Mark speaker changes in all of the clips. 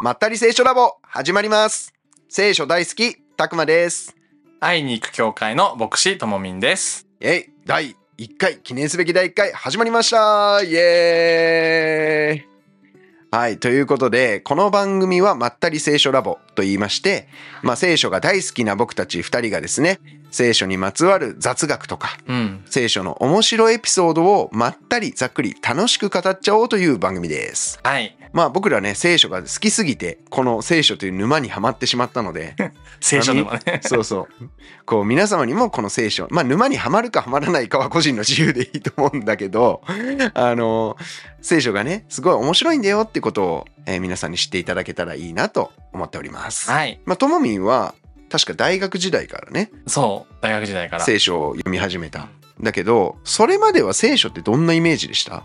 Speaker 1: まったり聖書ラボ始まります聖書大好きたくまです
Speaker 2: 会いに行く教会の牧師ともみんです。
Speaker 1: えい第1回記念すべき第1回始まりましたイエーイはいということでこの番組はまったり聖書ラボと言いましてまあ聖書が大好きな僕たち2人がですね聖書にまつわる雑学とか
Speaker 2: うん。
Speaker 1: 聖書の面白いエピソードをまったりざっくり楽しく語っちゃおうという番組です
Speaker 2: はい。
Speaker 1: まあ僕らね聖書が好きすぎてこの聖書という沼にはまってしまったので
Speaker 2: 聖書沼ね。
Speaker 1: そうそうこう皆様にもこの聖書まあ沼にはまるかはまらないかは個人の自由でいいと思うんだけど あの聖書がねすごい面白いんだよってことを、えー皆さんに知っていただけたらいいなと思っております。
Speaker 2: はい。
Speaker 1: まあ、ともみんは確か大学時代からね
Speaker 2: そう。大学時代から。
Speaker 1: 聖書を読み始めた。だけどそれまでは聖書ってどんなイメージでした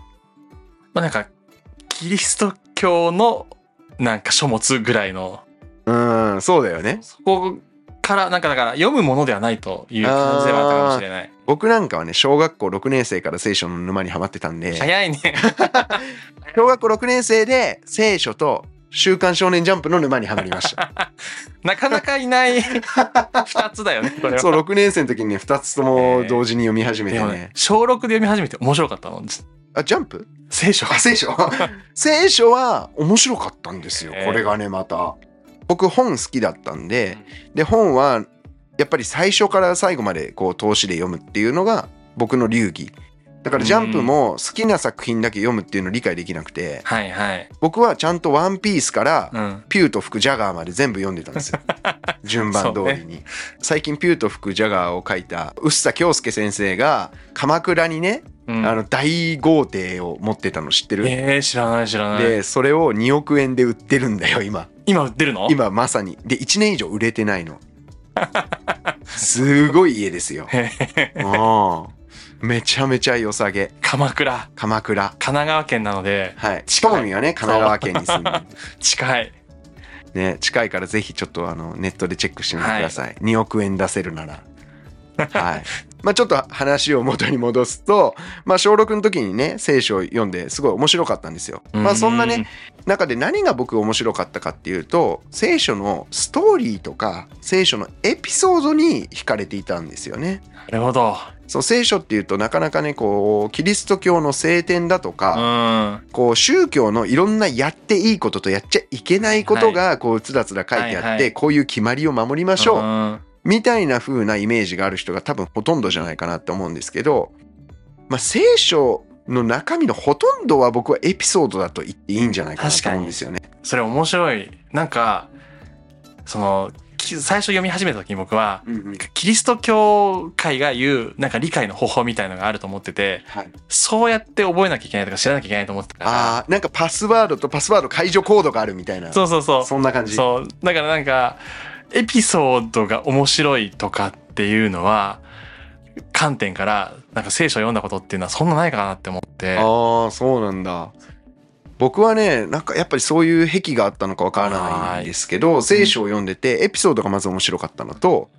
Speaker 2: まあなんか、キリスト教のなんか書物ぐらいの、
Speaker 1: うーんそうだよね。
Speaker 2: そこから、なんかだから読むものではないという感じではあったかもしれない。
Speaker 1: 僕なんかはね小学校6年生から聖書の沼にはまってたんで
Speaker 2: 早いね。
Speaker 1: 小学校6年生で聖書と「週刊少年ジャンプ」の沼にはまりました
Speaker 2: なかなかいない二つだよね、これは。
Speaker 1: そう6年生の時にね2つとも同時に読み始めて
Speaker 2: でも
Speaker 1: ね
Speaker 2: ね、小6で読み始めて面白かったの。
Speaker 1: あジャンプ
Speaker 2: 聖書
Speaker 1: あ聖書 聖書は面白かったんですよ
Speaker 2: へえ
Speaker 1: これがねまた僕本好きだったんでで本はやっぱり最初から最後までこう通しで読むっていうのが僕の流儀だからジャンプも好きな作品だけ読むっていうのを理解できなくて
Speaker 2: はいはい。
Speaker 1: 僕はちゃんと「ワンピースから
Speaker 2: うん。
Speaker 1: ピューと吹くジャガーまで全部読んでたんです よ順番通りに、最近ピューと吹くジャガーを書いた臼田恭介先生が鎌倉にね、
Speaker 2: うん
Speaker 1: あの大豪邸を持ってたの知ってる、
Speaker 2: えー、知らない知らない。
Speaker 1: でそれを2億円で売ってるんだよ今
Speaker 2: 今売ってるの
Speaker 1: 今まさにで1年以上売れてないの すごい家ですよ
Speaker 2: へへ
Speaker 1: うんめちゃめちゃ良さげ
Speaker 2: 鎌倉。
Speaker 1: 鎌倉
Speaker 2: 神奈川県なので
Speaker 1: はい
Speaker 2: 近い
Speaker 1: 近見はね神奈川県に住んでる
Speaker 2: 近い
Speaker 1: ね、近いからぜひちょっとあのネットでチェックしてみてください、2億円出せるならはい まあちょっと話を元に戻すと、まあ、小6の時にね聖書を読んですごい面白かったんですよ、まあ、そんなね中で何が僕面白かったかっていうと聖書のストーリーとか聖書のエピソードに惹かれていたんですよね
Speaker 2: なるほど
Speaker 1: そう聖書っていうとなかなかねこうキリスト教の聖典だと
Speaker 2: う
Speaker 1: か、
Speaker 2: ん
Speaker 1: こう宗教のいろんなやっていいこととやっちゃいけないことがこうつらつら書いてあ
Speaker 2: は
Speaker 1: っ
Speaker 2: いは
Speaker 1: て
Speaker 2: い
Speaker 1: こういう決まりを守りまし
Speaker 2: う
Speaker 1: ょうんみたいな風なイメージがある人が多分ほとんどじゃないかなと思うんですけど、まあ、聖書の中身のほとんどは僕はエピソードだと言っていいんじゃないかなと思うんですよね。
Speaker 2: それ面白いなんかそのき最初読み始めた時に僕は
Speaker 1: うんうん
Speaker 2: キリスト教会が言うなんか理解の方法みたいのがあると思ってて
Speaker 1: はい、
Speaker 2: そうやって覚えなきゃいけないとか知らなきゃいけないと思ってたか
Speaker 1: あーなんかパスワードとパスワード解除コードがあるみたいな
Speaker 2: らそうそうそう
Speaker 1: そんな感じ。
Speaker 2: そうだからなんかエピソードが面白いとかっていうのは観点からなんか聖書を読んだことっていうのはそんなないかなって思って
Speaker 1: ああそうなんだ僕はねなんかやっぱりそういう癖があったのかわからないんですけど聖書を読んでてエピソードがまず面白かったのと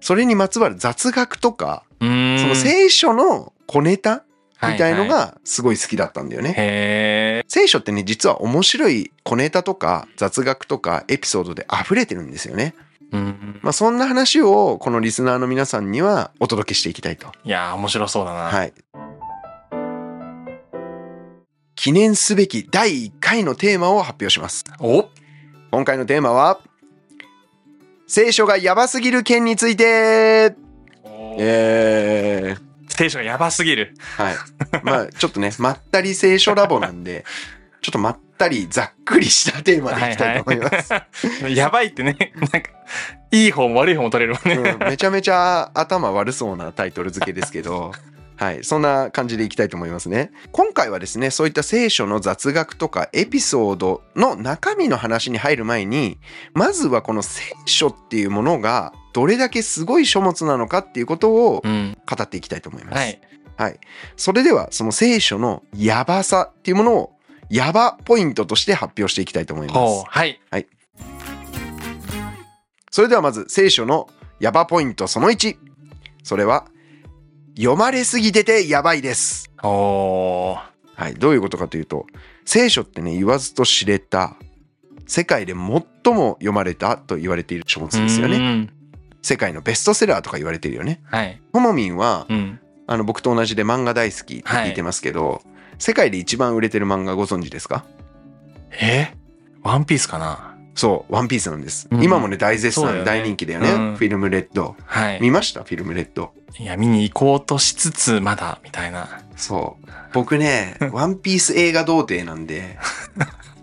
Speaker 1: それにまつわる雑学とか
Speaker 2: うーん
Speaker 1: その聖書の小ネタみたいの
Speaker 2: はは
Speaker 1: がすごい好きだったんだよね。
Speaker 2: へえ
Speaker 1: 聖書ってね実は面白い小ネタとか雑学とかエピソードで溢れてるんですよね。
Speaker 2: うん
Speaker 1: まあそんな話をこのリスナーの皆さんにはお届けしていきたいと
Speaker 2: いやー面白そうだな、
Speaker 1: はい。記念すべき第1回のテーマを発表します。
Speaker 2: お
Speaker 1: 今回のテーマは、聖書がやばすぎる件についてえー、
Speaker 2: 聖書がやばすぎる
Speaker 1: はい。まあちょっとね、まったり聖書ラボなんで、ちょっとまったりざっくりしたテーマでいきたいと思います。
Speaker 2: やばいってね なんかいい方も悪い方も取れるもんね、
Speaker 1: うんめちゃめちゃ頭悪そうなタイトル付けですけ ど。はい、そんな感じでいきたいと思いますね。今回はですね、そういった聖書の雑学とかエピソードの中身の話に入る前に、まずはこの聖書っていうものがどれだけすごい書物なのかっていうことを
Speaker 2: うん
Speaker 1: 語っていきたいと思います。
Speaker 2: はい
Speaker 1: それではその聖書のヤバさっていうものをヤバポイントとして発表していきたいと思います
Speaker 2: ほう。はい
Speaker 1: それではまず聖書のヤバポイントその1。それは、読まれすぎててヤバいです。
Speaker 2: おー
Speaker 1: はい、どういうことかというと、聖書ってね、言わずと知れた世界で最も読まれたと言われている書物ですよ
Speaker 2: う
Speaker 1: ね。
Speaker 2: ん
Speaker 1: 世界のベストセラーとか言われてるよね。
Speaker 2: はい。
Speaker 1: ともみんは、
Speaker 2: うん。
Speaker 1: あの僕と同じで漫画大好きって聞いてますけど、世界で一番売れてる漫画ご存知ですか
Speaker 2: えワンピースかな
Speaker 1: そう、ワンピースなんです。
Speaker 2: うん
Speaker 1: 今もね、大絶
Speaker 2: そうだ
Speaker 1: 賛、
Speaker 2: よね
Speaker 1: 大人気だよね。
Speaker 2: うん
Speaker 1: フィルムレッド。
Speaker 2: はい
Speaker 1: 見。ましたフィルムレッド。
Speaker 2: いや、見に行こうとしつつ、まだ、みたいな。
Speaker 1: そう。僕ね、ワンピース映画童貞なん で、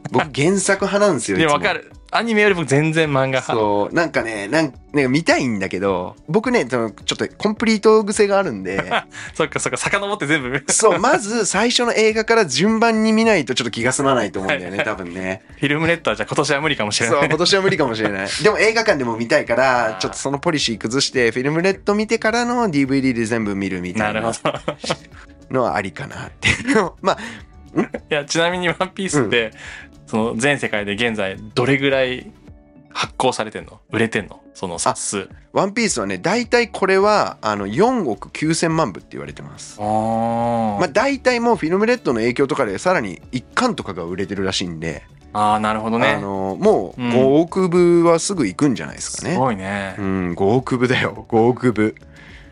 Speaker 1: 僕原作派なんですよ。
Speaker 2: で、
Speaker 1: いつも
Speaker 2: わかる。アニメより僕全然漫画派。
Speaker 1: そうなんかねなんなんか見たいんだけど僕ねそのちょっとコンプリート癖があるんで
Speaker 2: そっかそっか、遡って全部見る。
Speaker 1: そうまず最初の映画から順番に見ないとちょっと気が済まないと思うんだよね多分 ね
Speaker 2: フィルムレッドはじゃあ今年は無理かもしれ
Speaker 1: そう
Speaker 2: ない。
Speaker 1: 今年は無理かもしれないでも映画館でも見たいか
Speaker 2: あ
Speaker 1: ら
Speaker 2: ー
Speaker 1: ちょっとそのポリシー崩してフィルムレッド見てからの DVD で全部見るみた
Speaker 2: ないるほ
Speaker 1: な
Speaker 2: ど。
Speaker 1: のはありかなって いうのまあ
Speaker 2: いや、ちなみにワンピースって、その全世界で現在どれぐらい発行されてんの売れてんのその冊数。
Speaker 1: 「ワンピースはね大体これはあの4億9,000万部って言われてます
Speaker 2: あ
Speaker 1: まあ大体もうフィルムレッドの影響とかでさらに1巻とかが売れてるらしいんで
Speaker 2: あー、なるほどね。
Speaker 1: あのもう
Speaker 2: うん
Speaker 1: 5億部はすぐ行くんじゃないですかね。
Speaker 2: すごいね
Speaker 1: う。ん、5億部だよ5億部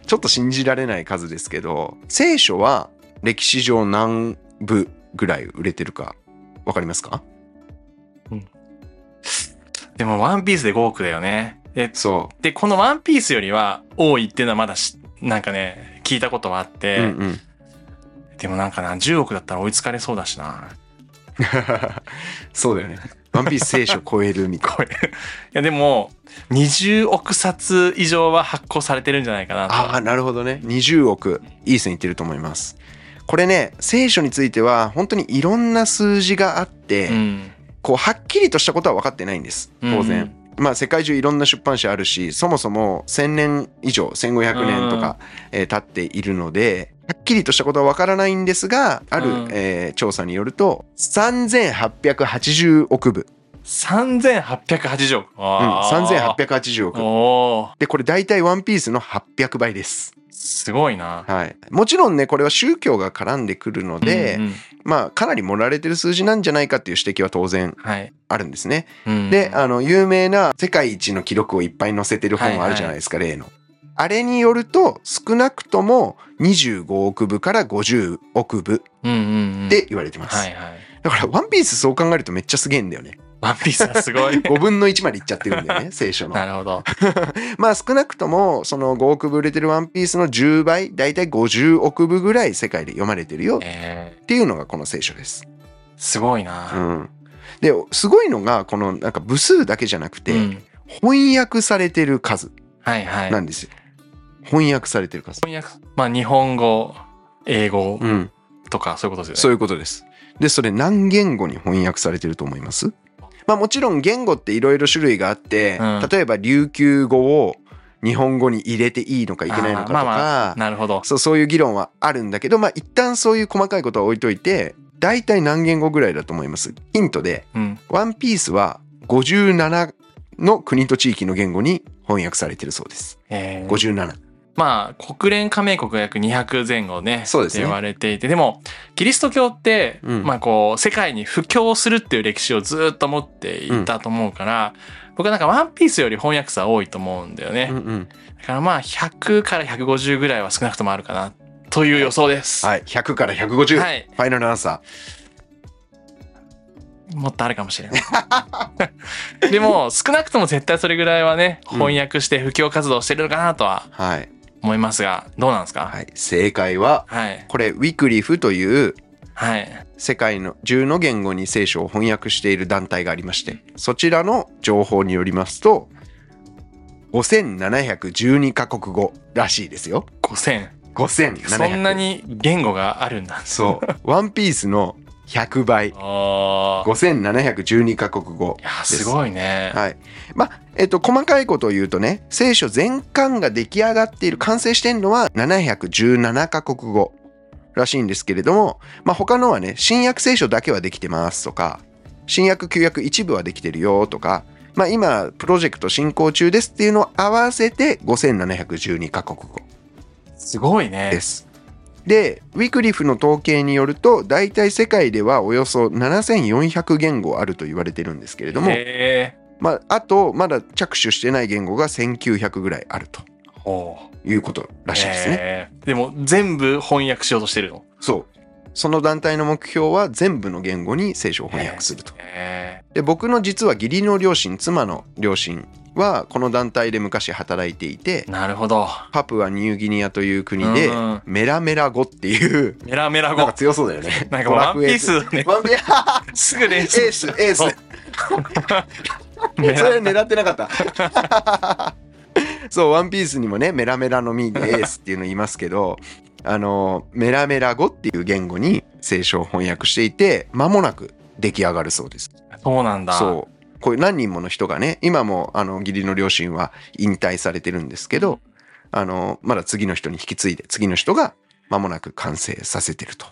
Speaker 1: ちょっと信じられない数ですけど聖書は歴史上何部ぐらい売れてるかわかりますか
Speaker 2: でもワンピースで5億だよね。で、
Speaker 1: そ
Speaker 2: でこのワンピースよりは多いっていうのはまだし、なんかね、聞いたことはあっ
Speaker 1: う、
Speaker 2: て、
Speaker 1: うんうん
Speaker 2: でもなんかな、10億だったら追いつかれそうだしな。
Speaker 1: そうだよね「ワンピース聖書超えるみたい
Speaker 2: これ。いや、でも、20億冊以上は発行されてるんじゃないかな
Speaker 1: な
Speaker 2: と。
Speaker 1: ああなるほどね20億いい線いってると思いますこれね聖書については本当にいろんな数字があって、
Speaker 2: うん。
Speaker 1: こうはっきりとしたことは分かってないんです当然、
Speaker 2: うん
Speaker 1: まあ世界中いろんな出版社あるしそもそも1,000年以上1,500年とか、えー経っているのではっきりとしたことは分からないんですがある、
Speaker 2: うん
Speaker 1: えー調査によると3,880億部、
Speaker 2: 3880億。
Speaker 1: うん、
Speaker 2: あー
Speaker 1: 3,880億
Speaker 2: おお
Speaker 1: でこれ大体「ワンピースの800倍です、
Speaker 2: すごいな。
Speaker 1: はい、もちろんねこれは宗教が絡んでくるので、
Speaker 2: うんうん
Speaker 1: まあかなり盛られてる数字なんじゃないかっていう指摘は当然
Speaker 2: はい。
Speaker 1: あるんですね
Speaker 2: うん
Speaker 1: で、あの、有名な世界一の記録をいっぱい載せてる本あるじゃないですか、例の。あれによると、少なくとも25億部から50億部
Speaker 2: うんうんうん、
Speaker 1: って言われてます。
Speaker 2: はいはい。
Speaker 1: だから、ワンピースそう考えるとめっちゃすげえんだよ ね。
Speaker 2: ワンピースはすご い。
Speaker 1: 5分の1までいっちゃってるん だよね、聖書の。
Speaker 2: なるほど。
Speaker 1: まあ、少なくとも、その5億部売れてるワンピースの10倍、だいたい50億部ぐらい世界で読まれてるよ
Speaker 2: え
Speaker 1: っていうのがこの聖書です。
Speaker 2: ー、すごいうな。
Speaker 1: ん。で、すごいのが、このなんか部数だけじゃなくて、
Speaker 2: うん
Speaker 1: 翻訳されてる数。
Speaker 2: はいはい。
Speaker 1: なんですよ。翻訳されてる数。
Speaker 2: 翻訳、まあ日本語、英語
Speaker 1: うん、
Speaker 2: とかそういうことです
Speaker 1: そう
Speaker 2: よね。
Speaker 1: いうことです。で、それ何言語に翻訳されてると思いますまあもちろん言語っていろいろ種類があって、
Speaker 2: うん
Speaker 1: 例えば琉球語を日本語に入れていいのかいけないのかと
Speaker 2: あーまあ
Speaker 1: か、
Speaker 2: なるほど。
Speaker 1: そうそういう議論はあるんだけど、まあ一旦そういう細かいことは置いといて、大体何言語ぐらいだと思いますヒントで、
Speaker 2: うん。
Speaker 1: ワンピースは57の国と地域の言語に翻訳されてるそうです。
Speaker 2: えー、
Speaker 1: 57。
Speaker 2: まあ国連加盟国が約200前後ね。
Speaker 1: そうですね
Speaker 2: って言われていて。でも、キリスト教って、
Speaker 1: うん
Speaker 2: まあこう、世界に布教するっていう歴史をずっと持っていたと思うから、僕はなんかワンピースより翻訳者多いと思うんだよね。
Speaker 1: うんうん
Speaker 2: だからまあ100から150ぐらいは少なくともあるかなという予想です。
Speaker 1: はい、100から150。
Speaker 2: はい
Speaker 1: ファイナルアンサー。
Speaker 2: もっとあるかもしれない。 でも少なくとも絶対それぐらいはね、翻訳して布教活動してるのかなとは
Speaker 1: はい。
Speaker 2: 思いますが、どうなんですか
Speaker 1: はい。正解は、
Speaker 2: はい。
Speaker 1: これ、ウィクリフという
Speaker 2: はい。
Speaker 1: 世界の10の言語に聖書を翻訳している団体がありまして、そちらの情報によりますと、5712カ国語らしいですよ。
Speaker 2: 5000。
Speaker 1: 5700。
Speaker 2: そんなに言語があるんだ。
Speaker 1: そう。ワンピースの100倍。
Speaker 2: ああ。
Speaker 1: 5712カ国語
Speaker 2: い
Speaker 1: で
Speaker 2: や、
Speaker 1: す。
Speaker 2: すごいね。
Speaker 1: はい。まあ、えっと、細かいことを言うとね、聖書全巻が出来上がっている、完成しているのは717カ国語らしいんですけれども、まあ、他のはね、新約聖書だけはできてますとか、新約旧約一部はできてるよとか、まあ、今、プロジェクト進行中ですっていうのを合わせて5712カ国語
Speaker 2: すごい
Speaker 1: で
Speaker 2: ね。
Speaker 1: す。でウィクリフの統計によると大体世界ではおよそ7400言語あると言われてるんですけれども、
Speaker 2: へ
Speaker 1: まあ、あとまだ着手してない言語が1900ぐらいあると
Speaker 2: ーほう
Speaker 1: いうことらしいですね。
Speaker 2: へーでも全部翻訳しようとしてるの。
Speaker 1: そうその団体の目標は全部の言語に聖書を翻訳すると。
Speaker 2: へ
Speaker 1: で僕の実は義理の両親妻の両親はこの団体で昔働いていて
Speaker 2: ーなるほど。
Speaker 1: パプアニューギニアという国で
Speaker 2: うん
Speaker 1: メラメラ語っていう
Speaker 2: メラメラ
Speaker 1: なんか
Speaker 2: 語。
Speaker 1: 強そうだよね。
Speaker 2: なんかワンピースね、
Speaker 1: ワンピース
Speaker 2: すぐ練
Speaker 1: エ
Speaker 2: 習
Speaker 1: ースエース
Speaker 2: そう メ
Speaker 1: それ狙
Speaker 2: ラ
Speaker 1: ってなかった。 そう、ワンピースにもね、メラメラの実でエースっていうの言いますけど、あの、メラメラ語っていう言語に聖書を翻訳していて、間もなく出来上がるそうです。
Speaker 2: そうなんだ。
Speaker 1: そう。こういう何人もの人がね、今も、あの、義理の両親は引退されてるんですけど、あの、まだ次の人に引き継いで、次の人が間もなく完成させてると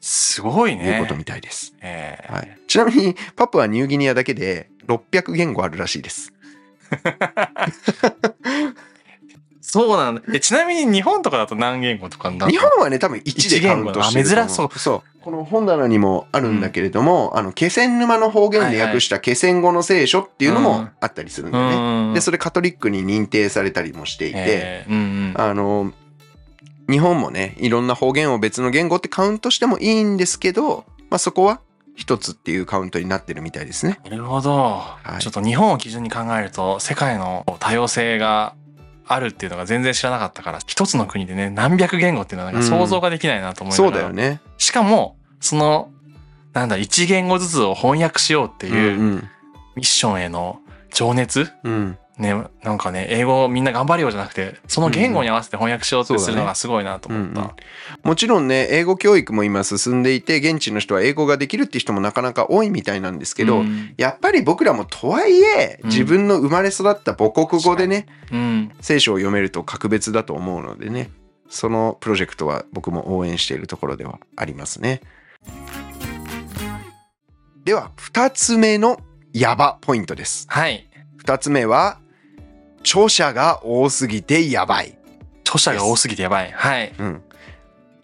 Speaker 2: すごい
Speaker 1: いう
Speaker 2: ね。
Speaker 1: ことみたいです。
Speaker 2: えー
Speaker 1: はい、ちなみに、パプアニューギニアだけで600言語あるらしいです。
Speaker 2: そうなんだ。えちなみに日本とかだと何言語とかになる
Speaker 1: 日本はね多分1でカウントしてると思
Speaker 2: 一言語あ珍しそう
Speaker 1: そうこの本棚にもあるんだけれども、あの気仙沼の方言で訳した気仙語の聖書っていうの
Speaker 2: う
Speaker 1: も
Speaker 2: ん
Speaker 1: あったりするんだよね、
Speaker 2: うん
Speaker 1: でそれカトリックに認定されたりもしていて、
Speaker 2: えーうん
Speaker 1: あの日本もねいろんな方言を別の言語ってカウントしてもいいんですけど、まあ、そこは一つっていうカウントになってるみたいですね
Speaker 2: うん、なるほど、
Speaker 1: い
Speaker 2: ちょっと日本を基準に考えると世界の多様性があるっていうのが全然知らなかったから一つの国でね何百言語っていうのはなんか想像ができないなと思いな
Speaker 1: そ
Speaker 2: が
Speaker 1: う
Speaker 2: ら、
Speaker 1: だよね
Speaker 2: しかもそのなんだ一言語ずつを翻訳しようって
Speaker 1: う
Speaker 2: いうんミッションへの情熱
Speaker 1: うん、うん、
Speaker 2: ねなんかね英語をみんな頑張れよじゃなくてその言語に合わせて翻訳しようってするのがすごいなと思っ
Speaker 1: うんうん
Speaker 2: た。
Speaker 1: もちろんね英語教育も今進んでいて現地の人は英語ができるって人もなかなか多いみたいなんですけど、
Speaker 2: うん
Speaker 1: やっぱり僕らもとはいえ
Speaker 2: うん
Speaker 1: 自分の生まれ育った母国語でね、
Speaker 2: うん
Speaker 1: 聖書を読めると格別だと思うのでねそのプロジェクトは僕も応援しているところではありますねでは2つ目のヤバポイントです
Speaker 2: はい
Speaker 1: 2つ目は著者が多すぎてやばい、
Speaker 2: 著者が多すぎてやばいはい
Speaker 1: うん、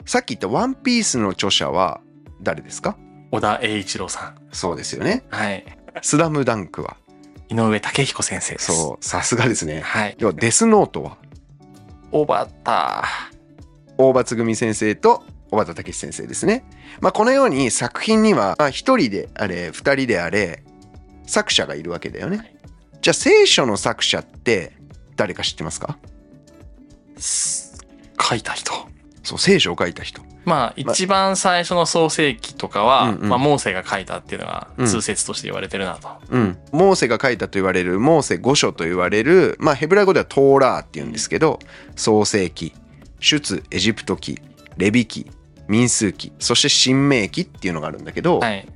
Speaker 1: さっき言った「ワンピースの著者は誰ですか
Speaker 2: 小田栄一郎さん
Speaker 1: そうですよ ね
Speaker 2: はい
Speaker 1: 「スラムダンクは
Speaker 2: 井上武彦先生です。
Speaker 1: そうさすがですね
Speaker 2: はい。
Speaker 1: では「デスノートは
Speaker 2: オバタ
Speaker 1: 大場つぐみ先生と小畑武史先生ですね。まあ、このように作品にはまあ一人であれ二人であれ作者がいるわけだよね。じゃあ聖書の作者って誰か知ってますか
Speaker 2: 書いた人。
Speaker 1: そう聖書を書いた人。ま
Speaker 2: まあ一番最初の創世記とかは、
Speaker 1: うんうん
Speaker 2: まあモーセが書いたっていうのが
Speaker 1: うん
Speaker 2: 通説として言われてるなと。
Speaker 1: うん、モーセが書いたと言われるモーセ五書と言われる、まあ、ヘブライ語ではトーラーって言うんですけど創世記出エジプト記レビ記民数記そして新明記っていうのがあるんだけど、
Speaker 2: はい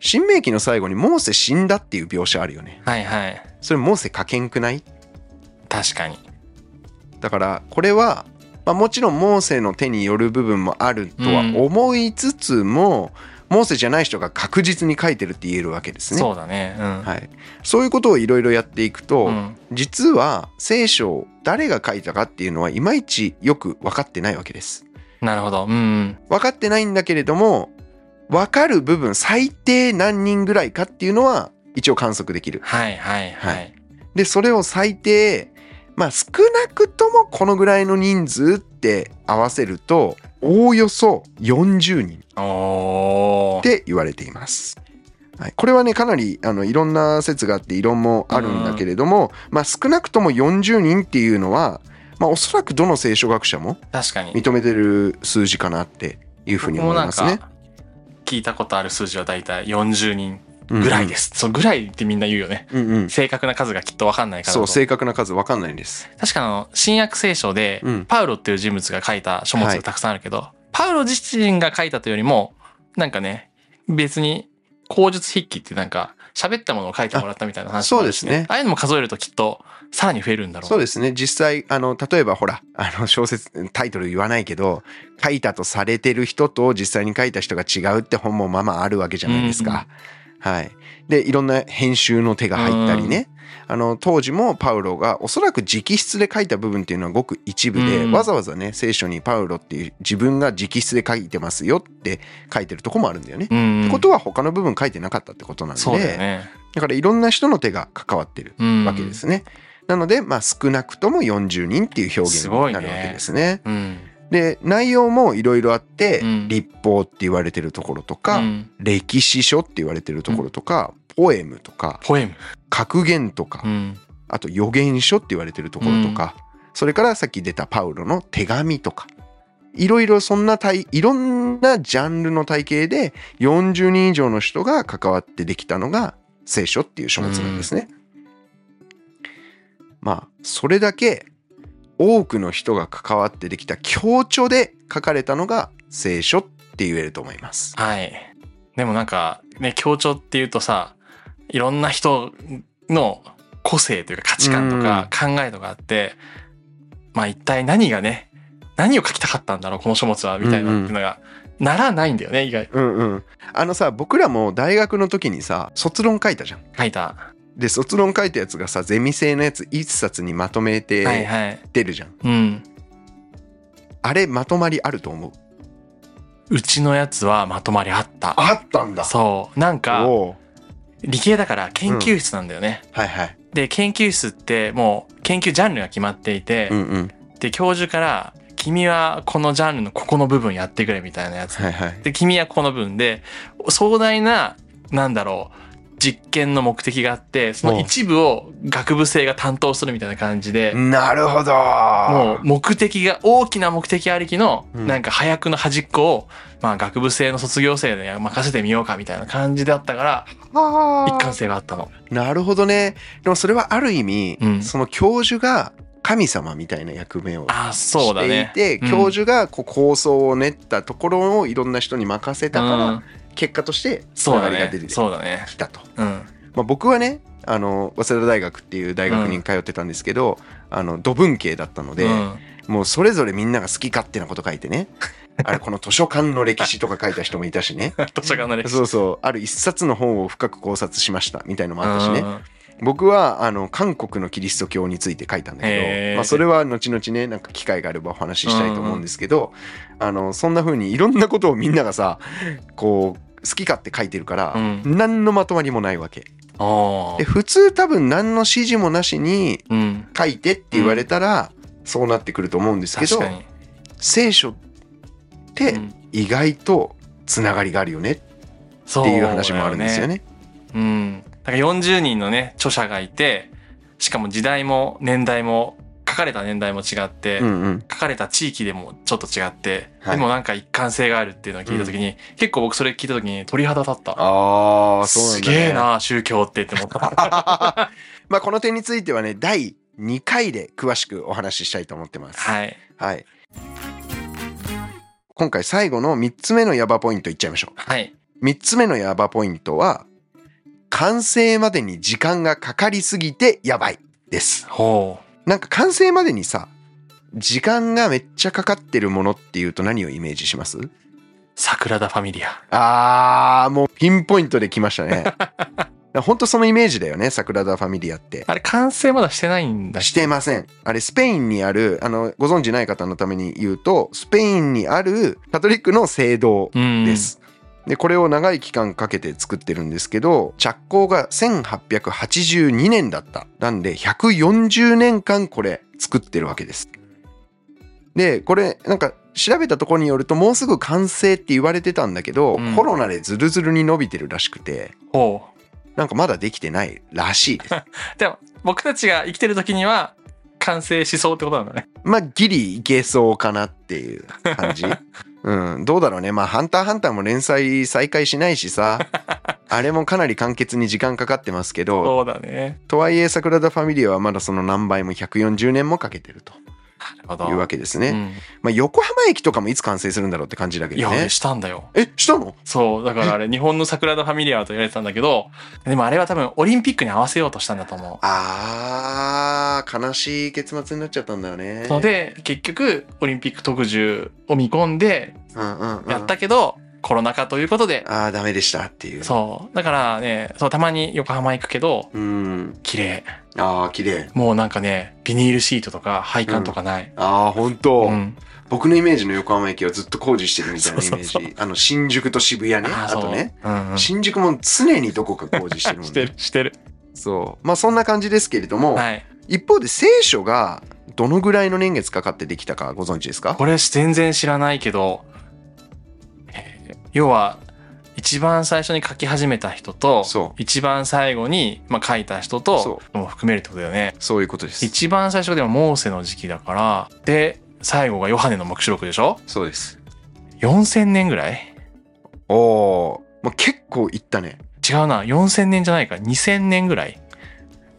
Speaker 1: 新明記の最後にモーセ死んだっていう描写あるよね。
Speaker 2: はいはい。
Speaker 1: それモーセ書けんくない
Speaker 2: 確かに。
Speaker 1: だからこれは、まあ、もちろんモーセの手による部分もあるとは思いつつも、モーセじゃない人が確実に書いてるって言えるわけですね。
Speaker 2: そうだね。うん。
Speaker 1: はい、そういうことをいろいろやっていくと、
Speaker 2: うん
Speaker 1: 実は聖書を誰が書いたかっていうのはいまいちよく分かってないわけです。
Speaker 2: なるほど。うんうん。
Speaker 1: 分かってないんだけれども分かる部分最低何人ぐらいかっていうのは一応観測できる。
Speaker 2: はいはいはい。
Speaker 1: はでそれを最低まあ少なくともこのぐらいの人数って合わせるとおおよそ40人っ
Speaker 2: おお。
Speaker 1: て言われています。はい、これはねかなりあのいろんな説があって異論もあるんだけれども、まあ、少なくとも40人っていうのは、まあ、おそらくどの聖書学者も
Speaker 2: 確かに。
Speaker 1: 認めてる数字かなっていうふうに思いますね。
Speaker 2: 聞いたことある数字はだいたい40人
Speaker 1: うんうん
Speaker 2: ぐらいです。そうぐらいってみんな言うよね。
Speaker 1: うんうん、
Speaker 2: 正確な数がきっとわかんないから
Speaker 1: そ
Speaker 2: だ
Speaker 1: う
Speaker 2: と
Speaker 1: 正確な数分かんないんです。
Speaker 2: 確かあの新約聖書で、
Speaker 1: うん
Speaker 2: パウロっていう人物が書いた書物がたくさんあるけど、パウロ自身が書いたというよりもなんかね別に口述筆記ってなんか喋ったものを書いてもらったみたいな話もあるし
Speaker 1: あそうですね
Speaker 2: ああいうのも数えるときっとさらに増えるんだろう
Speaker 1: そうですね実際あの例えばほらあの小説タイトル言わないけど書いたとされてる人と実際に書いた人が違うって本もまあまああるわけじゃないですか。はい。で、いろんな編集の手が入ったりね。あの、当時もパウロがおそらく直筆で書いた部分っていうのはごく一部で、
Speaker 2: うん
Speaker 1: わざわざね、聖書にパウロっていう自分が直筆で書いてますよって書いてるとこもあるんだよね。っ
Speaker 2: うん。
Speaker 1: てことは他の部分書いてなかったってことなんで、
Speaker 2: そうだよね。
Speaker 1: だからいろんな人の手が関わってる
Speaker 2: うん。
Speaker 1: わけで。すね。なので、まあ少なくとも40人っていう表現
Speaker 2: す
Speaker 1: に
Speaker 2: ごいね
Speaker 1: なるわけですね。
Speaker 2: うん。
Speaker 1: で、内容もいろいろあって、
Speaker 2: うん
Speaker 1: 立法って言われてるところとか、
Speaker 2: うん
Speaker 1: 歴史書って言われてるところとか、ポエムとか、
Speaker 2: ポエム。
Speaker 1: 格言とか、
Speaker 2: うん。
Speaker 1: あと予言書って言われてるところとか、それからさっき出たパウロの手紙とか、いろいろそんな体、いろんなジャンルの体系で40人以上の人が関わってできたのが聖書っていう書物なんですね。まあ、それだけ多くの人が関わってできた強調で書かれたのが聖書って言えると思います。
Speaker 2: はい。でもなんか、ね、協調っていうとさ、いろんな人の個性というか価値観とか考えとかあって、まあ一体何がね、何を書きたかったんだろう、この書物は、みたいな
Speaker 1: う
Speaker 2: っ
Speaker 1: んうん
Speaker 2: ていうのが、ならないんだよね、意外。
Speaker 1: うんうん。あのさ、僕らも大学の時にさ、卒論書いたじゃん。
Speaker 2: 書いた。
Speaker 1: で卒論書いたやつがさゼミ生のやつ一冊にまとめ
Speaker 2: はい
Speaker 1: て
Speaker 2: はい。
Speaker 1: 出るじゃん、
Speaker 2: うん。
Speaker 1: あれまとまりあると思う
Speaker 2: うちのやつはまとまりあった。
Speaker 1: ったん
Speaker 2: そう。なんか、
Speaker 1: おう
Speaker 2: 理系だから研究室なんだよね。
Speaker 1: はいはい
Speaker 2: で、研究室ってもう研究ジャンルが決まっていて、
Speaker 1: うんうん
Speaker 2: で、教授から、君はこのジャンルのここの部分やってくれみたいなやつ。
Speaker 1: はいはい
Speaker 2: で、君はこの部分で、壮大な、なんだろう、実験の目的があって、その一部を学部生が担当するみたいな感じで、
Speaker 1: なるほど
Speaker 2: もう目的が大きな目的ありきの、
Speaker 1: うん
Speaker 2: なんか早くの端っこを、まあ学部生の卒業生で任せてみようかみたいな感じだったから、
Speaker 1: あ
Speaker 2: 一貫
Speaker 1: ー
Speaker 2: 性があったの。
Speaker 1: なるほどねでもそれはある意味、
Speaker 2: うん
Speaker 1: その教授が神様みたいな役目を
Speaker 2: ああ、そう
Speaker 1: し
Speaker 2: だ
Speaker 1: てい
Speaker 2: ね。
Speaker 1: て、
Speaker 2: うん
Speaker 1: 教授がこう構想を練ったところをいろんな人に任せたから、
Speaker 2: うん
Speaker 1: 結果としてつ
Speaker 2: そう
Speaker 1: なが
Speaker 2: だ
Speaker 1: りが出
Speaker 2: ね。
Speaker 1: て
Speaker 2: そうだね。
Speaker 1: きたと。
Speaker 2: うん。
Speaker 1: まあ、僕はねあの早稲田大学っていう大学に通ってたんですけど、あの土文系だったので、
Speaker 2: うん
Speaker 1: もうそれぞれみんなが好き勝手なこと書いてねあれこの図書館の歴史とか書いた人もいたし ね
Speaker 2: 図書館の歴史
Speaker 1: そうそうある一冊の本を深く考察しましたみたいのもあったし
Speaker 2: う
Speaker 1: ね
Speaker 2: ん
Speaker 1: 僕はあの韓国のキリスト教について書いたんだけ
Speaker 2: へ
Speaker 1: ど、
Speaker 2: ー
Speaker 1: まあ、それは後々ねなんか機会があればお話ししたいと思うんですけど、あのそんな風にいろんなことをみんながさこう好き勝手書いてるから、
Speaker 2: うん
Speaker 1: 何のまとまりもないわけ。
Speaker 2: あ
Speaker 1: で
Speaker 2: ー
Speaker 1: 普通多分何の指示もなしに
Speaker 2: うん。
Speaker 1: 書いてって言われたら、そうなってくると思うんですけど
Speaker 2: 確かに。
Speaker 1: 聖書って
Speaker 2: うん
Speaker 1: 意外とつながりがあるよねっ
Speaker 2: そ
Speaker 1: ていう話もあるんですよ
Speaker 2: ね。
Speaker 1: ね。
Speaker 2: うん。だから40人のね、著者がいて、しかも時代も年代も、書かれた年代も違って、
Speaker 1: うんうん
Speaker 2: 書かれた地域でもちょっと違って、
Speaker 1: はい
Speaker 2: でもなんか一貫性があるっていうのを聞いた時に、結構僕それ聞いた時に鳥肌立った。
Speaker 1: ああ
Speaker 2: すげえ。な、宗教ってって思 った。
Speaker 1: まあこの点についてはね第2回で詳しくお話ししたいと思ってます。
Speaker 2: はい。
Speaker 1: はい今回最後の3つ目のヤバポイントいっちゃいましょ
Speaker 2: はい。
Speaker 1: う。3つ目のヤバポイントは完成までに時間がかかりすぎてやばいです。
Speaker 2: ほ
Speaker 1: なんか完成までにさ、時間がめっちゃかかってるものっていうと何をイメージします
Speaker 2: う。桜田ファミリア。
Speaker 1: あー、もうピンポイントで来ましたね。ほんとそのイメージだよね、桜田ファミリアって。
Speaker 2: あれ完成まだしてないんだっけ
Speaker 1: してません。あれ、スペインにある、あの、ご存知ない方のために言うと、スペインにあるカトリックの聖堂
Speaker 2: うん。
Speaker 1: で。す。で、これを長い期間かけて作ってるんですけど、着工が1882年だった。なんで、140年間これ作ってるわけです。で、これ、なんか、調べたところによると、もうすぐ完成って言われてたんだけど、
Speaker 2: うん
Speaker 1: コロナでズルズルに伸びてるらしくて、
Speaker 2: ほう。
Speaker 1: なんかまだできてないらしいです。
Speaker 2: でも僕たちが生きてる時には完成しそうってことなんだね。
Speaker 1: まあ、ギリいけそうかなっていう感 じ。うん、どうだろうね。まあ、ハンターハンターも連載再開しないしさ、 あれもかなり簡潔に時間かかってますけど、
Speaker 2: そうだね。
Speaker 1: とはいえ、桜田ファミリアはまだその何倍も140年もかけてると
Speaker 2: なるほど。
Speaker 1: いうわけですね。
Speaker 2: うん
Speaker 1: まあ、横浜駅とかもいつ完成するんだろうって感じだけ
Speaker 2: い
Speaker 1: ど
Speaker 2: や、
Speaker 1: ね
Speaker 2: 俺。したんだよ。
Speaker 1: え、したの
Speaker 2: そう。だからあれ、日本の桜田ファミリアと言われてたんだけど、でもあれは多分オリンピックに合わせようとしたんだと思
Speaker 1: あー、悲しい結末になっちゃったんだよね
Speaker 2: う。。ので、結局、オリンピック特需を見込んで
Speaker 1: うんうんうん、
Speaker 2: やったけど、コロナ禍ということで、
Speaker 1: ああ、ダメでしたっていう。
Speaker 2: そう。だからね、そう、たまに横浜行くけど、
Speaker 1: うん。
Speaker 2: 綺麗。
Speaker 1: ああ、綺麗。
Speaker 2: もうなんかね、ビニールシートとか配管とかない。
Speaker 1: ああ、本
Speaker 2: う
Speaker 1: 当、
Speaker 2: ん。
Speaker 1: 僕のイメージの横浜駅はずっと工事してるみたいなイメージ。
Speaker 2: そうそう
Speaker 1: あの、新宿と渋谷ね。あ
Speaker 2: そう
Speaker 1: とね、。
Speaker 2: うん、うん。
Speaker 1: 新宿も常にどこか工事してるもんね。
Speaker 2: してる、してる。
Speaker 1: そう。まあそんな感じですけれども、
Speaker 2: はい。
Speaker 1: 一方で聖書がどのぐらいの年月かかってできたかご存知ですか
Speaker 2: これ全然知らないけど、えー要は、一番最初に書き始めた人と
Speaker 1: そ、
Speaker 2: 一番最後に、まあ、書いた人
Speaker 1: そ
Speaker 2: と、も含めるってことだよね。
Speaker 1: そういうことです。
Speaker 2: 一番最初がでもモーセの時期だから、で、最後がヨハネの目視録でしょ
Speaker 1: そうです。
Speaker 2: ?4000 年ぐらい
Speaker 1: おお、まあ、結構いったね。
Speaker 2: 違うな、4000年じゃないか、2000年ぐらい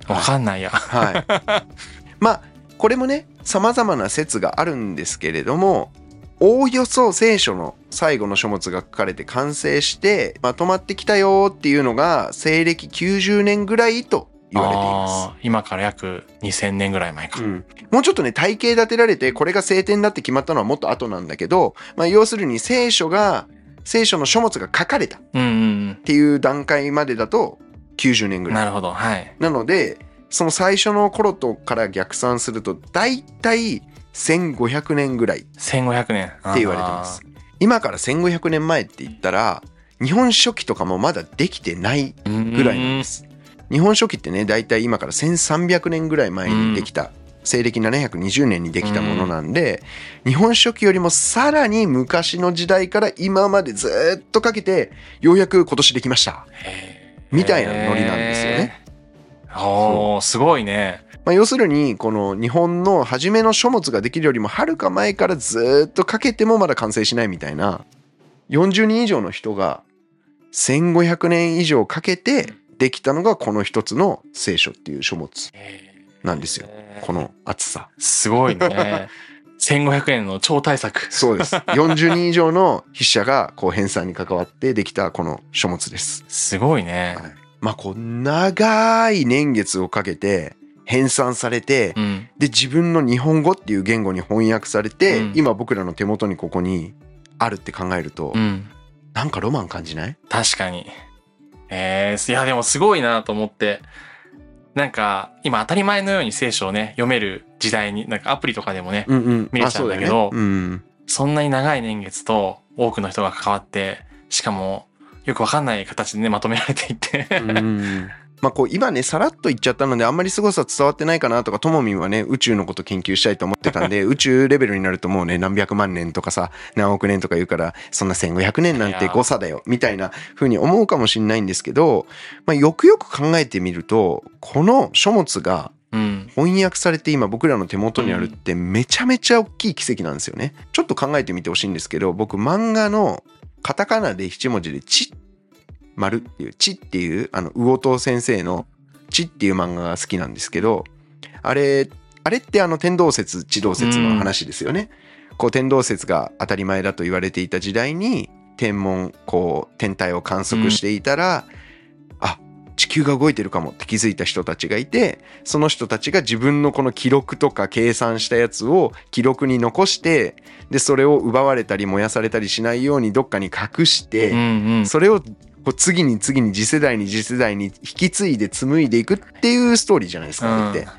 Speaker 2: わかんないや。
Speaker 1: はい。まあこれもね様々な説があるんですけれどもおおよそ聖書の最後の書物が書かれて完成してまとまってきたよっていうのが西暦90年ぐらいと言われています。
Speaker 2: あー今から約2000年ぐらい前か。
Speaker 1: うん、もうちょっとね体系立てられてこれが聖典だって決まったのはもっと後なんだけど、まあ、要するに聖書が聖書の書物が書かれたっ
Speaker 2: うんうん
Speaker 1: ていう段階までだと90年
Speaker 2: う
Speaker 1: ぐ
Speaker 2: ん。
Speaker 1: らい
Speaker 2: なるほど。はい。
Speaker 1: なのでその最初の頃とから逆算すると大体1500年ぐらいって
Speaker 2: 1500年。って
Speaker 1: 言われてます。今から1500年前って言ったら日本書紀とかもまだできてないぐ
Speaker 2: ぐ
Speaker 1: らいなんです。日本書紀ってね大体今から1300年ぐらい前にできた西暦720年にできたものなんで日本書紀よりもさらに昔の時代から今までずーっとかけてようやく今年できましたみたいなノリなんですよね。
Speaker 2: へー。おーすごいね。
Speaker 1: まあ、要するにこの日本の初めの書物ができるよりもはるか前からずーっとかけてもまだ完成しないみたいな40人以上の人が1500年以上かけてできたのがこの一つの聖書っていう書物なんですよ
Speaker 2: へー
Speaker 1: この厚さ
Speaker 2: すごいね。1500円の超大作。
Speaker 1: そう です40人以上の筆者がこう編纂に関わってできたこの書物です
Speaker 2: すごいね。
Speaker 1: はいまあこう長い年月をかけて編纂されて
Speaker 2: うん。
Speaker 1: で自分の日本語っていう言語に翻訳されて、
Speaker 2: うん
Speaker 1: 今僕らの手元にここにあるって考えると、
Speaker 2: うん。
Speaker 1: なんかロマン感じない
Speaker 2: 確かに。えー、いやでもすごいなと思って。なんか今当たり前のように聖書をね読める時代になんかアプリとかでもね
Speaker 1: うんうん
Speaker 2: 見れちゃうんだけど
Speaker 1: あそうよねうん、
Speaker 2: そんなに長い年月と多くの人が関わってしかもよくわかんない形でねまとめられていって、
Speaker 1: うんまあこう今ねさらっと言っちゃったのであんまり凄さ伝わってないかなとかともみんはね宇宙のこと研究したいと思ってたん で宇宙レベルになるともうね何百万年とかさ何億年とか言うからそんな1,500年なん
Speaker 2: い
Speaker 1: て
Speaker 2: やー
Speaker 1: 誤差だよみたいな風に思うかもしれないんですけど、まあ、よくよく考えてみるとこの書物が
Speaker 2: うん、
Speaker 1: 翻訳されて今僕らの手元にあるってめちゃめちゃ大きい奇跡なんですよね。ちょっと考えてみてほしいんですけど僕漫画のカタカナで一文字で「ち」「丸」っていう「ち」っていうあの魚藤先生の「ち」っていう漫画が好きなんですけどあれあれってあの天動説地動説の話ですよね。こう天動説が当たり前だと言われていた時代に天文こう天体を観測していたら、あ地球が動いてるかもって気づいた人たちがいてその人たちが自分のこの記録とか計算したやつを記録に残してでそれを奪われたり燃やされたりしないようにどっかに隠して。
Speaker 2: うんうん
Speaker 1: それをこう次に次に次世代に次世代に引き継いで紡いでいくっていうストーリーじゃないですか、あれって。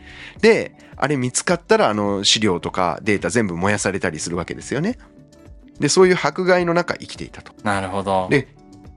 Speaker 1: であれ見つかったらあの資料とかデータ全部燃やされたりするわけですよね。でそういう迫害の中生きていたと。
Speaker 2: なるほど
Speaker 1: で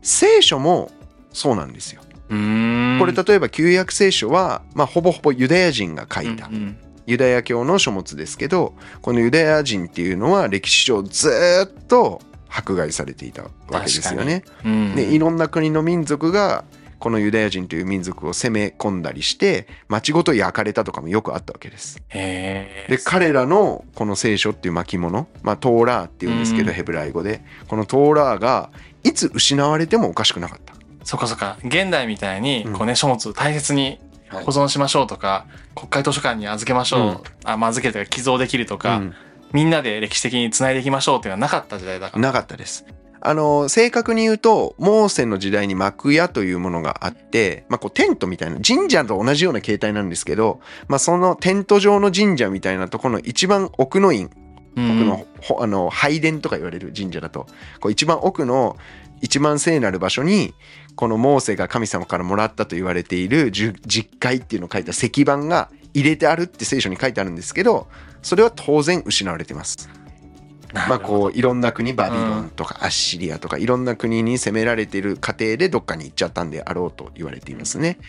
Speaker 1: 聖書もそうなんですよ。
Speaker 2: うーん
Speaker 1: これ例えば旧約聖書は、まあ、ほぼほぼユダヤ人が書いた
Speaker 2: うんうん
Speaker 1: ユダヤ教の書物ですけどこのユダヤ人っていうのは歴史上ずーっと迫害されていたわけですよね。
Speaker 2: うん
Speaker 1: でいろんな国の民族がこのユダヤ人という民族を攻め込んだりして町ごと焼かれたとかもよくあったわけです。
Speaker 2: へ
Speaker 1: で彼らのこの聖書っていう巻物、まあ、トーラーっていうんですけど、
Speaker 2: うん
Speaker 1: ヘブライ語でこのトーラーがいつ失われてもおかしくなかった。
Speaker 2: そっかそっか現代みたいに
Speaker 1: うん
Speaker 2: こうね書物を大切に
Speaker 1: はい
Speaker 2: 保存しましょうとか、国会図書館に預けましょう、あまあ預けて寄贈できるとか、
Speaker 1: うん
Speaker 2: みんなで歴史的につないでいきましょうっていうのはなかった時代だから
Speaker 1: なかったです。あの正確に言うとモーセの時代に幕屋というものがあって、まあ、こうテントみたいな神社と同じような形態なんですけど、まあ、そのテント状の神社みたいなところの一番奥の院奥のほあの拝殿とか言われる神社だとこう一番奥の一番聖なる場所にこのモーセが神様からもらったと言われている十実戒っていうのを書いた石板が入れてあるって聖書に書いてあるんですけどそれは当然失われてます。 まあこういろんな国バビロンとかアッシリアとかいろんな国に攻められている過程でどっかに行っちゃったんであろうと言われていますね。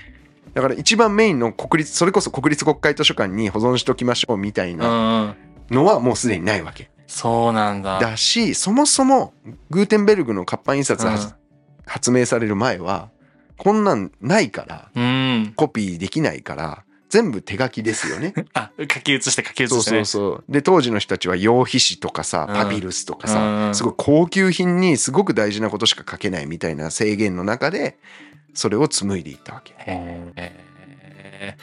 Speaker 1: だから一番メインの国立それこそ国立国会図書館に保存しておきましょうみたい
Speaker 2: うん
Speaker 1: な
Speaker 2: うん
Speaker 1: のはもうすでにないわけ。
Speaker 2: そうなんだ
Speaker 1: だしそもそもグーテンベルグの活版印刷はじ、発明される前はこんなんないから
Speaker 2: うん、うん、
Speaker 1: コピーできないから全部手書きです よね。
Speaker 2: あ書き写して書き
Speaker 1: そ
Speaker 2: 写
Speaker 1: う
Speaker 2: して、
Speaker 1: そ
Speaker 2: ね、
Speaker 1: うそう。で当時の人たちは羊皮紙とかさ
Speaker 2: うん
Speaker 1: パビルスとか
Speaker 2: う
Speaker 1: さ
Speaker 2: ん
Speaker 1: すごい高級品にすごく大事なことしか書けないみたいな制限の中でそれを紡いでいったわけ。
Speaker 2: へ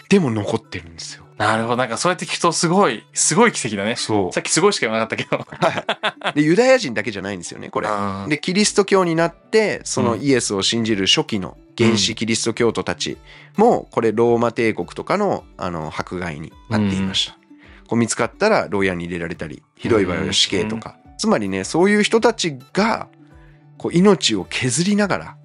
Speaker 1: でも残ってるんですよ。
Speaker 2: ーなるほどなんかそうやって聞くとすごいすごい奇跡だね
Speaker 1: そ
Speaker 2: さっきすごいしか言わなかったけど
Speaker 1: う。でユダヤ人だけじゃないんですよねこれ。
Speaker 2: うん
Speaker 1: でキリスト教になってその
Speaker 2: うん
Speaker 1: イエスを信じる初期の原始キリスト教徒たちもこれローマ帝国とかのあの迫害になっていました、こう見つかったら牢屋に入れられたりひどい場合は死刑とか、つまりねそういう人たちがこう命を削りながら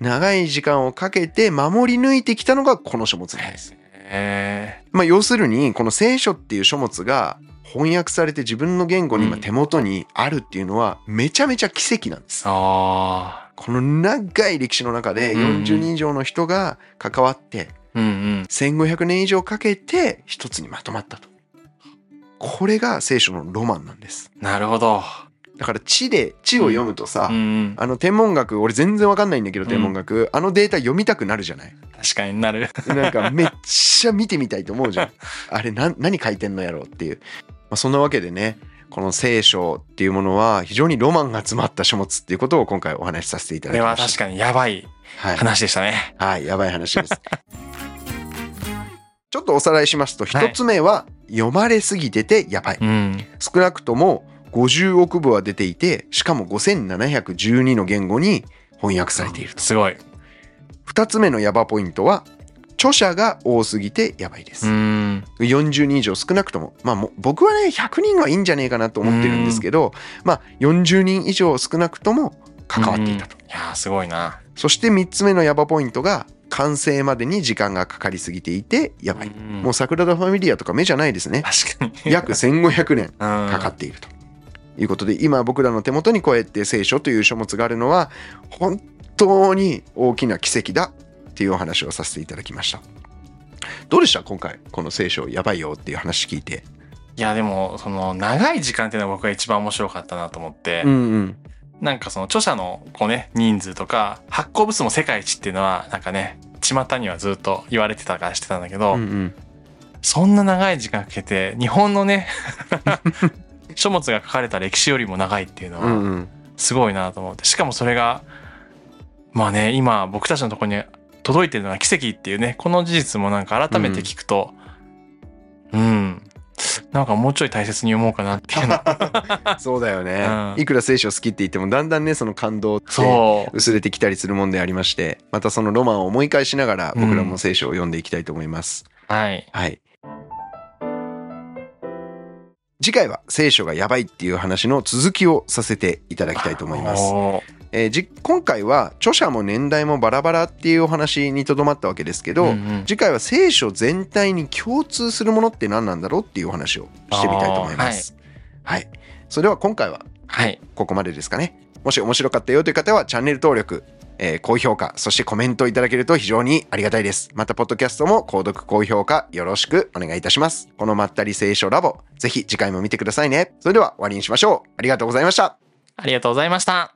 Speaker 1: 長い時間をかけて守り抜いてきたのがこの書物なんです、
Speaker 2: へ
Speaker 1: まあ、要するにこの聖書っていう書物が翻訳されて自分の言語に今手元にあるっていうのはめちゃめちゃ奇跡なんです
Speaker 2: ーあ
Speaker 1: この長い歴史の中で
Speaker 2: うん
Speaker 1: 40人以上の人が関わって
Speaker 2: ーうんうん
Speaker 1: 1500年以上かけて一つにまとまったとこれが聖書のロマンなんです
Speaker 2: なるほど
Speaker 1: だから地で地を読むとさ、
Speaker 2: うんうん
Speaker 1: あの天文学俺全然わかんないんだけど
Speaker 2: うん
Speaker 1: 天文学、あのデータ読みたくなるじゃない
Speaker 2: 確かになる
Speaker 1: なん かめっちゃ見てみたいと思うじゃんあれな何書いてんのやろうっていう、まあ、そんなわけでねこの聖書っていうものは非常にロマンが詰まった書物っていうことを今回お話しさせていた
Speaker 2: こ
Speaker 1: だき
Speaker 2: れは
Speaker 1: ました
Speaker 2: 確かにやばい
Speaker 1: はい
Speaker 2: 話でしたね
Speaker 1: はい、やばい話 です。ちょっとおさらいしますと、一つ目は読まれすぎててやばい。
Speaker 2: うん
Speaker 1: 少なくとも50億部は出ていて、しかも5712の言語に翻訳されていると。
Speaker 2: すごい
Speaker 1: 二つ目のやばポイントは、著者が多すぎてやばいで
Speaker 2: う
Speaker 1: す。
Speaker 2: ん
Speaker 1: 40人以上少なくとも、まあもう僕はね、100人はいいんじゃねえかなと思ってるんですけど、まあ40人以上少なくとも関わっていたと。
Speaker 2: といやーすごいな
Speaker 1: そして3つ目のヤバポイントが完成までに時間がかかりすぎていてやばい、
Speaker 2: うん
Speaker 1: もう桜田ファミリアとか目じゃない ですね
Speaker 2: 確かに
Speaker 1: 約1500年か
Speaker 2: か
Speaker 1: かっているということで今僕らの手元にこうやって聖書という書物があるのは本当に大きな奇跡だっていうお話をさせていただきましたどうでした今回この聖書やばいよっていう話聞いて
Speaker 2: いやでもその長い時間っていうのは僕が一番面白かったなと思って、
Speaker 1: うんうん
Speaker 2: なんかその著者のこうね人数とか発行部数も世界一っていうのはなんかね巷にはずっと言われてたからしてたんだけ
Speaker 1: う
Speaker 2: ど、
Speaker 1: んうん
Speaker 2: そんな長い時間かけて日本のね 書物が書かれた歴史よりも長いっていうの
Speaker 1: うん
Speaker 2: は
Speaker 1: うん
Speaker 2: すごいなと思ってしかもそれがまあね今僕たちのところに届いてるのは奇跡っていうねこの事実もなんか改めて聞くとうん、なんかもうちょい大切に読もうかなっていうの
Speaker 1: そうだよね、
Speaker 2: うん
Speaker 1: いくら聖書好きって言ってもだんだんねその感動って
Speaker 2: そう。
Speaker 1: 薄れてきたりするもんでありましてまたそのロマンを思い返しながら僕らも聖書を読んでいきたいと思います、
Speaker 2: はい。
Speaker 1: はい次回は聖書がやばいっていう話の続きをさせていただきたいと思います、
Speaker 2: おー
Speaker 1: えーじ今回は著者も年代もバラバラっていうお話にとどまったわけですけど、
Speaker 2: んん
Speaker 1: 次回は聖書全体に共通するものって何なんだろうっていうお話をしてみたいと思いますはい、それでは今回は
Speaker 2: はい。
Speaker 1: ここまでですかね。もし面白かったよという方はチャンネル登録、えー高評価、そしてコメントいただけると非常にありがたいです。また、ポッドキャストも購読、高評価よろしくお願いいたします。このまったり聖書ラボ、ぜひ次回も見てくださいね。それでは終わりにしましょう。ありがとうございました。
Speaker 2: ありがとうございました。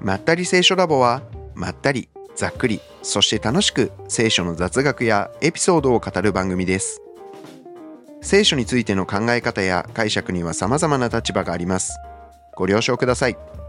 Speaker 1: まったり聖書ラボは、まったり、ざっくり、そして楽しく聖書の雑学やエピソードを語る番組です。聖書についての考え方や解釈には様々な立場があります。ご了承ください。